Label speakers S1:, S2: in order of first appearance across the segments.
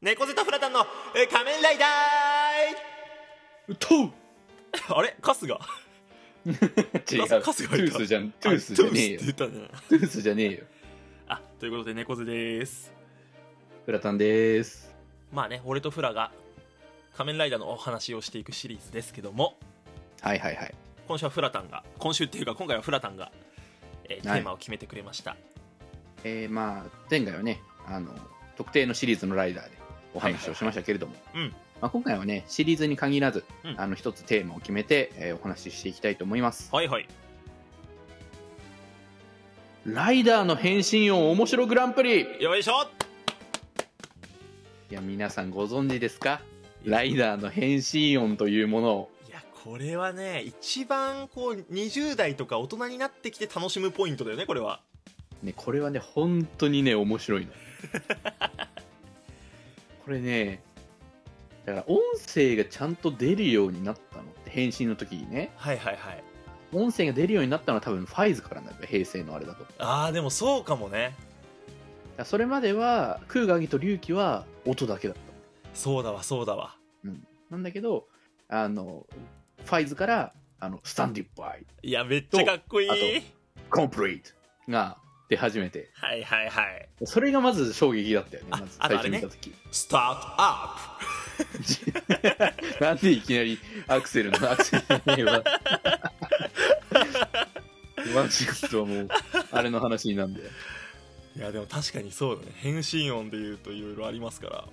S1: 猫背とフラタンのえー仮面ライダ
S2: トゥ
S1: ー あれ春日
S2: 違う。
S1: 春
S2: ト
S1: 日がい
S2: ゥー
S1: た
S2: スじゃん。トゥース
S1: あ
S2: じゃねえよ
S1: ト。ゥースって言ったんじゃない
S2: トゥースじゃねえよ。
S1: あということで猫背です
S2: フラタンでーす。
S1: まあね俺とフラが仮面ライダーのお話をしていくシリーズですけども
S2: はいはいはい。
S1: 今週はフラタンが今週っていうか今回はフラタンが、えーテ
S2: はい
S1: ーマを決めてくれました、
S2: えー、まあ、前回はね、あの、特定のシリーズのライダーでお話をしましたけれども、
S1: はいはいはいうん
S2: まあ、今回はね、シリーズに限らず、
S1: うん
S2: あの、一つテーマを決めて、えーお話ししていきたいと思います。
S1: はいはい
S2: ライダーの変身音面白グランプリい
S1: よいしょ
S2: や、皆さんご存知ですかライダーの変身音というものを、
S1: いやこれはね一番こう20代とか大人になってきて楽しむポイントだよねこれは
S2: ね、これはね、本当にね、面白いの。これね、だから音声がちゃんと出るようになったのって、返信の時にね、
S1: はいはいはい
S2: 音声が出るようになったのは多分ファイズからなんだよ、平成のあれだと。だか
S1: ああでもそうかもね
S2: らそれまでは、空ガギと隆起は音だけだっ
S1: そうだわそうだわ
S2: た。なんだけど、あの、ファイズから、あの、スタンディバイ、
S1: いやめっちゃかっこいい
S2: とあコンプリートが出始めて、
S1: はいはいはい
S2: それがまず衝撃だったよね、
S1: あ
S2: まず
S1: あと
S2: 最
S1: あれ
S2: 初
S1: ね
S2: 見た時。
S1: スタートアッ
S2: なんでいきなりアクセルのアクセルじゃねえわ。マジックとはもう、あれの話になんで。
S1: プいやでも確かにそうだね変身音でいうといろいろありますから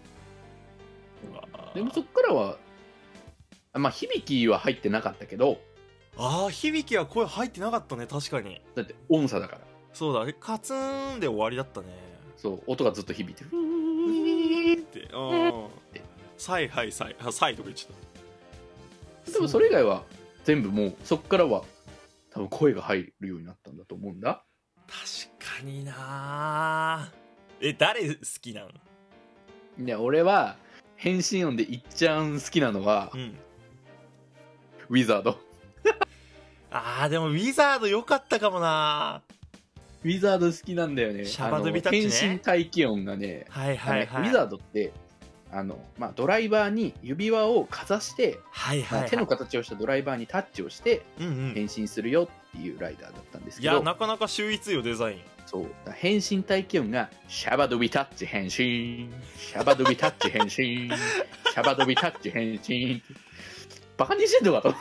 S1: うわー
S2: でもそっからは、あまあ、響きは入ってなかったけど、
S1: ああ響きは声入ってなかったね確かに
S2: だって音差だから。
S1: そうだあれカツンで終わりだったね
S2: そう、音がずっと響いてる。
S1: ってうんサイはいサイあサイとか言っちゃった
S2: でもそれ以外は、全部もう、そっからは、多分声が入るようになったんだと思うんだ。
S1: 確かになえ誰好きなん
S2: いや、俺は、変身音でいっちゃん好きなのは
S1: う、ん
S2: ウィザード。
S1: あーでもウィザード良かったかもな
S2: ウィザード好きなんだよね。
S1: シャバドゥビタッチね
S2: あの変身待機音がね、
S1: はいはいはい
S2: あのウィザードってあの、まあ、ドライバーに指輪をかざして、
S1: はい
S2: まあ
S1: はい、はい、
S2: 手の形をしたドライバーにタッチをして
S1: うんうん
S2: 変身するよっていうライダーだったんです
S1: い
S2: けど、
S1: やなかなか秀逸よデザイン
S2: そうだから変身体験がシャバドゥビタッチ変身シャバドゥビタッチ 変身シャバドゥビタッチ変身バカにしてんのかと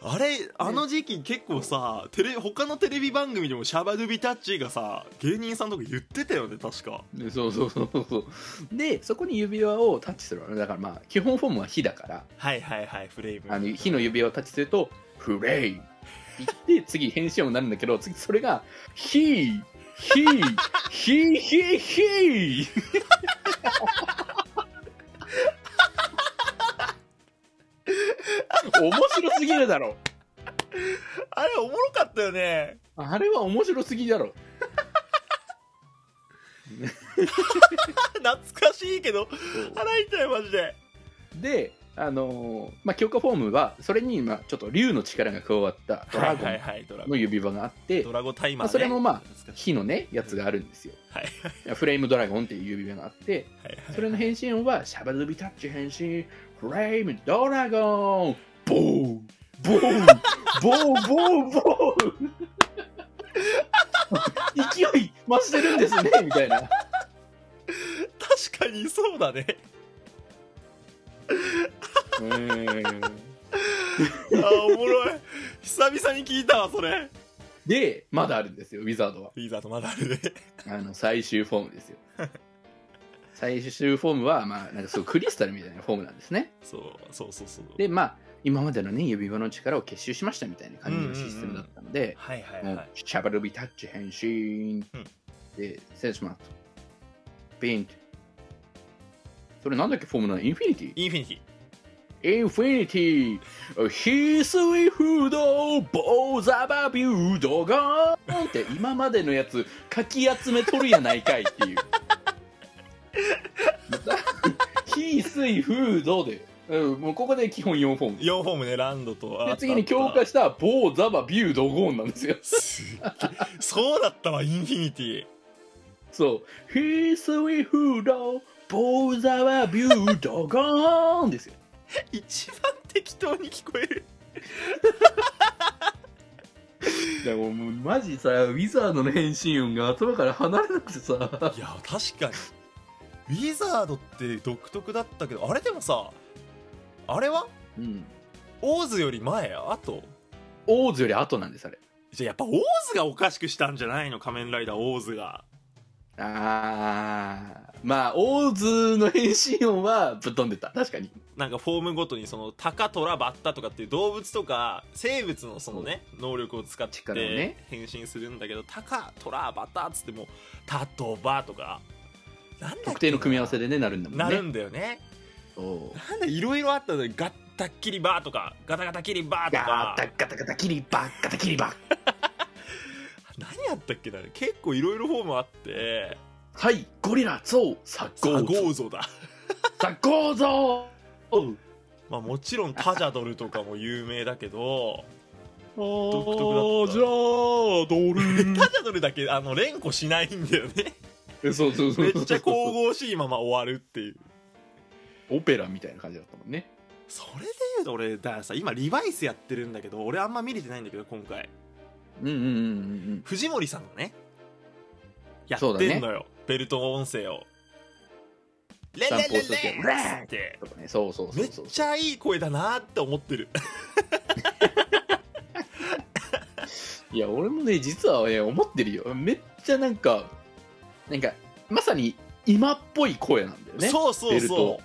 S1: あれあの時期結構さ、テレ他のテレビ番組でもシャバドゥビタッチがさ芸人さんとか言ってたよね確か
S2: でそうそうそうそうでそこに指輪をタッチするわねだからまあ基本フォームは火だから
S1: はいはいはいフレーム
S2: あの火の指輪をタッチすると「フレイ」って言って次変身音になるんだけど次それが「ヒーヒーヒーヒーヒー」面白すぎるだろ
S1: あれおもろかったよね
S2: あれは面白すぎだろ
S1: 懐かしいけど払いたいマジで
S2: であのーまあ、強化フォームはそれにまあちょっと竜の力が加わったドラゴ
S1: はい
S2: ン
S1: はいはいドラゴ
S2: の
S1: ン
S2: 指輪があって
S1: ドラゴンタイマ
S2: ま
S1: ー、ね、
S2: あそれもまあ
S1: 懐かしい
S2: 火のねやつがあるんですよ
S1: はい
S2: フレームドラゴンっていう指輪があって
S1: はいはい
S2: それの変身音はシャバドゥビタッチ変身フレームドラゴンボーボーボーボーボー勢い増してるんですねみたいな
S1: 確かにそうだねあーおもろい久々に聞いたわそれ
S2: でまだあるんですよウィザードは
S1: リーザーとまだあるね
S2: あの最終フォームですよ最終フォームはまあなんかすごいクリスタルみたいなフォームなんですね
S1: そうそうそうそう
S2: でまあ今までのね指輪の力を結集しましたみたいな感じのシステムだったので、
S1: はいはい
S2: も
S1: は
S2: う
S1: い
S2: シャバルビタッチ変身、
S1: うん
S2: でセンスマートピントそれなんだっけフォームなのインフィニテ
S1: インフィニティ
S2: ィインフィニティヒスイフードボーザバビュードガーンって今までのやつかき集めとるやないかいっていう ヒスイフードで、うん、もうここで基本4フォーム
S1: 4フォームねランドとあ
S2: で次に強化したボーザバビュードゴーンなんですよ
S1: すっげえそうだったわインフィニティ
S2: そう「He's a hero ボーザはビュードゴーン」ですよ
S1: 一番適当に聞こえる
S2: でももうマジさウィザードの変身音が頭から離れなくてさ
S1: いや確かにウィザードって独特だったけどあれでもさあれは
S2: うん
S1: オーズより前あと
S2: オーズより後なんですあれ
S1: じゃあやっぱオーズがおかしくしたんじゃないの仮面ライダーオーズが
S2: あーまあオーズの変身音はぶっ飛んでた確かに
S1: なんかフォームごとにそのタカトラバッタとかっていう動物とか生物のそのね能力を使っ
S2: 力をね
S1: て変身するんだけど、タカトラバッタっつってもうタトバとかなんだっけな
S2: 特定の組み合わせでねなるんだもんね
S1: なるんだよね
S2: そう
S1: なんだいろいろあったのよガッタッキリバーとかガタガタキリバーと
S2: ガ
S1: か
S2: タガタガタキリバガタキリバ
S1: 何やったっけな結構いろいろフォームあって
S2: はいゴリラゾウサ
S1: ゴ
S2: ゴ
S1: ー
S2: ー
S1: ゴ
S2: ゾウ
S1: ーゾだ
S2: サゴーゾウ
S1: まあもちろんタジャドルとかも有名だけど
S2: 独
S1: 特だ
S2: じゃ
S1: タジャドルだけあの連呼しないんだよね
S2: あドル そ うそうそう
S1: めっちゃ神々しいまま終わるっていう
S2: オペラみたいな感じだったもんね
S1: それで言うと俺だからさ今リバイスやってるんだけど俺あんま見れてないんだけど今回
S2: うんうんうんうん
S1: 藤森さんがねやっ
S2: そうだね
S1: てんのよ、ベルト音声を「レンレンレンレン!」って
S2: とかねそうそうそ
S1: め
S2: う
S1: っ
S2: そう
S1: ちゃいい声だなって思ってる
S2: いや俺もね実はね思ってるよめっちゃなんかなんかまさに今っぽい声なんだよ ね
S1: そうそう
S2: ベル
S1: そ
S2: ト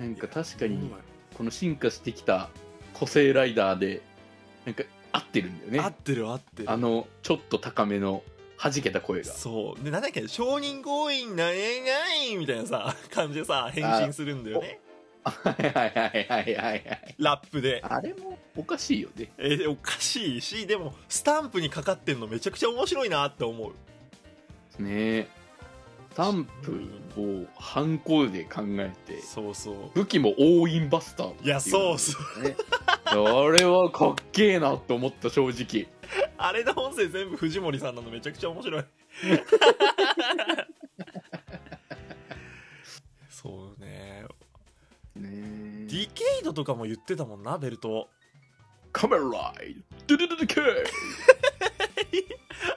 S1: う
S2: なんか確か
S1: う
S2: に
S1: まい
S2: この進化してきた個性ライダーでなんか合ってるんだよね
S1: 合ってる合ってる
S2: あのちょっと高めの弾けた声が
S1: そうでなんだっけ承認強引なえないみたいなさ感じでさ変身するんだよね
S2: はいはいはいはいはい
S1: ラップで
S2: あれもおかしいよね
S1: えーおかしいしでもスタンプにかかってんのめちゃくちゃ面白いなって思う
S2: ねえスタンプをハンコで考えて
S1: そうそう
S2: 武器もオーインバスターって
S1: いや
S2: のが
S1: そうそう
S2: ねあれはかっけえなと思った正直
S1: あれの音声全部藤森さんなのめちゃくちゃ面白いそうね
S2: ね
S1: ディケイドとかも言ってたもんなベルト
S2: カメラライドドゥドゥドゥケ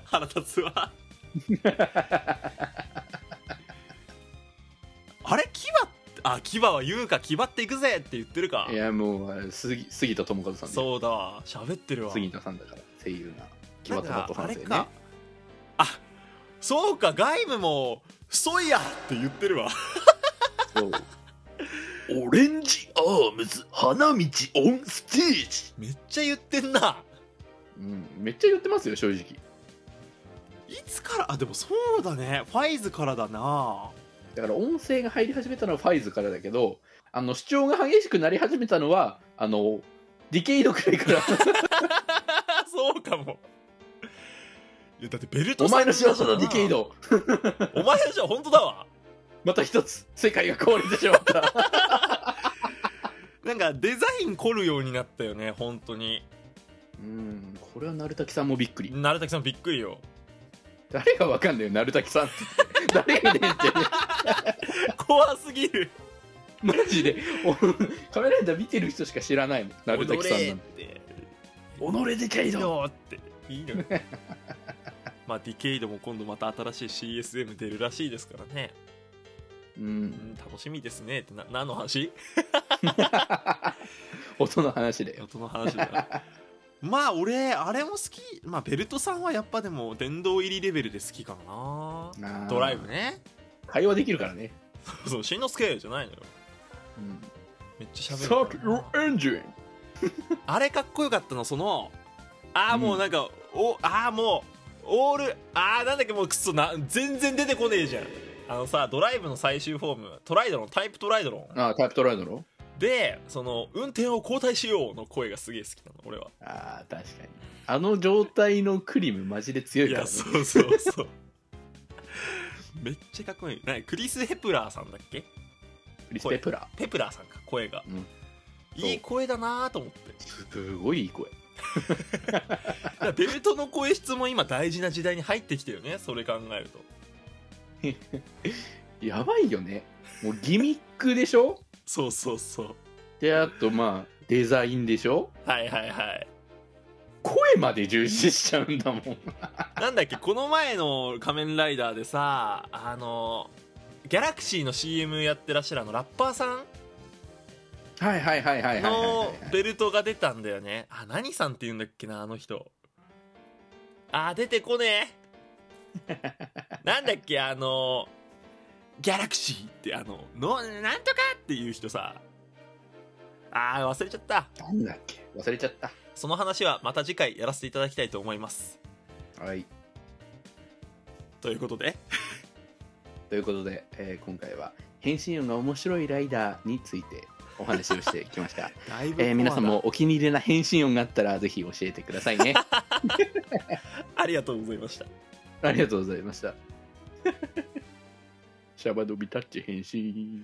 S1: 腹立つわ あれ牙ってあ牙は言うか牙っていくぜって言ってるか
S2: イいやもうあれ杉杉田智和さんだよ
S1: そうだわ喋ってるわ
S2: 杉田さんだから声優が決ま
S1: なんか
S2: ったバットさ
S1: あ
S2: んで
S1: れ
S2: ね
S1: かあそうか外務も「ソイヤ!」って言ってるわ
S2: オレンジアームズ花道オンステージ、
S1: めっちゃ言ってんな
S2: うん、めっちゃ言ってますよ正直
S1: いつからあでもそうだねファイズからだな
S2: だから音声が入り始めたのはファイズからだけどあの主張が激しくなり始めたのはあのディケイドくらいから
S1: あそうかもいやだってベルト
S2: お前の仕業
S1: さん
S2: だディケイド
S1: お前の仕業本当だわ
S2: また一つ世界が壊れてしまった
S1: なんかデザイン凝るようになったよね本当に
S2: うんこれは成滝さんもびっくり
S1: 鳴滝さんびっくり よ
S2: 誰がわかんないよ成滝さんって誰がねんって
S1: 怖すぎる
S2: マジでおカメライダー見てる人しか知らないもん成滝さんなんて
S1: て
S2: 己ディケイ
S1: いい
S2: ド
S1: よっていいのよ まあディケイドも今度また新しい CSM 出るらしいですからね、
S2: う
S1: うんん、楽しみですねってな何の話
S2: 音の話だよ
S1: 音の話だよ まあ俺あれも好きまあベルトさんはやっぱでも殿堂入りレベルで好きかなドライブね
S2: 会話できるからね、
S1: そうそうしんのすけじゃないのよめっちゃ
S2: サ
S1: 喋
S2: ー
S1: るか
S2: クロ
S1: ら
S2: エンジン
S1: あれかっこよかったのそのああもうなんか、おああもうオールああなんだっけもうくっそな全然出てこねえじゃんあのさドライブの最終フォームトライドロンタイプトライドロン
S2: ああタイプトライドの
S1: でその運転を交代しようの声がすげえ好きなの俺は
S2: ああ確かにあの状態のクリムマジで強
S1: い
S2: いから、
S1: や
S2: ね、
S1: そうそうそう めっちゃかっこいいなんかクリス・ヘプラーさんだっけ
S2: クリス・ペプラ
S1: ペプラーさんか声が、
S2: うん
S1: いい声だなーと思って
S2: すごいいい声
S1: だからベルトの声質も今大事な時代に入ってきてるねそれ考えると
S2: やばいよねもうギミックでし ょ
S1: そうそうそう
S2: であとまあデザインでしょ
S1: はいはいはい
S2: 声まで重視しちゃうんだもん
S1: なんだっけこの前の「仮面ライダー」でさあのギャラクシーの CM やってらっしゃるあのラッパーさん
S2: はいはいはいはいはいはい
S1: の
S2: はい
S1: ベルトが出たんだよねあ何さんって言うんだっけなあの人あ出てこねえなんだっけあのギャラクシーってあののなんとかっていう人さあー忘れちゃった
S2: なんだっけ忘れちゃった
S1: その話はまた次回やらせていただきたいと思います
S2: はい
S1: ということで
S2: ということで、えー今回は変身音が面白いライダーについてお話をしてきま した、
S1: だいぶ
S2: えー皆さん
S1: コア
S2: もお気に入りな変身音があったらぜひ教えてくださいね
S1: だありがとうございました
S2: ありがとう ございましたシャバドビタッチ変身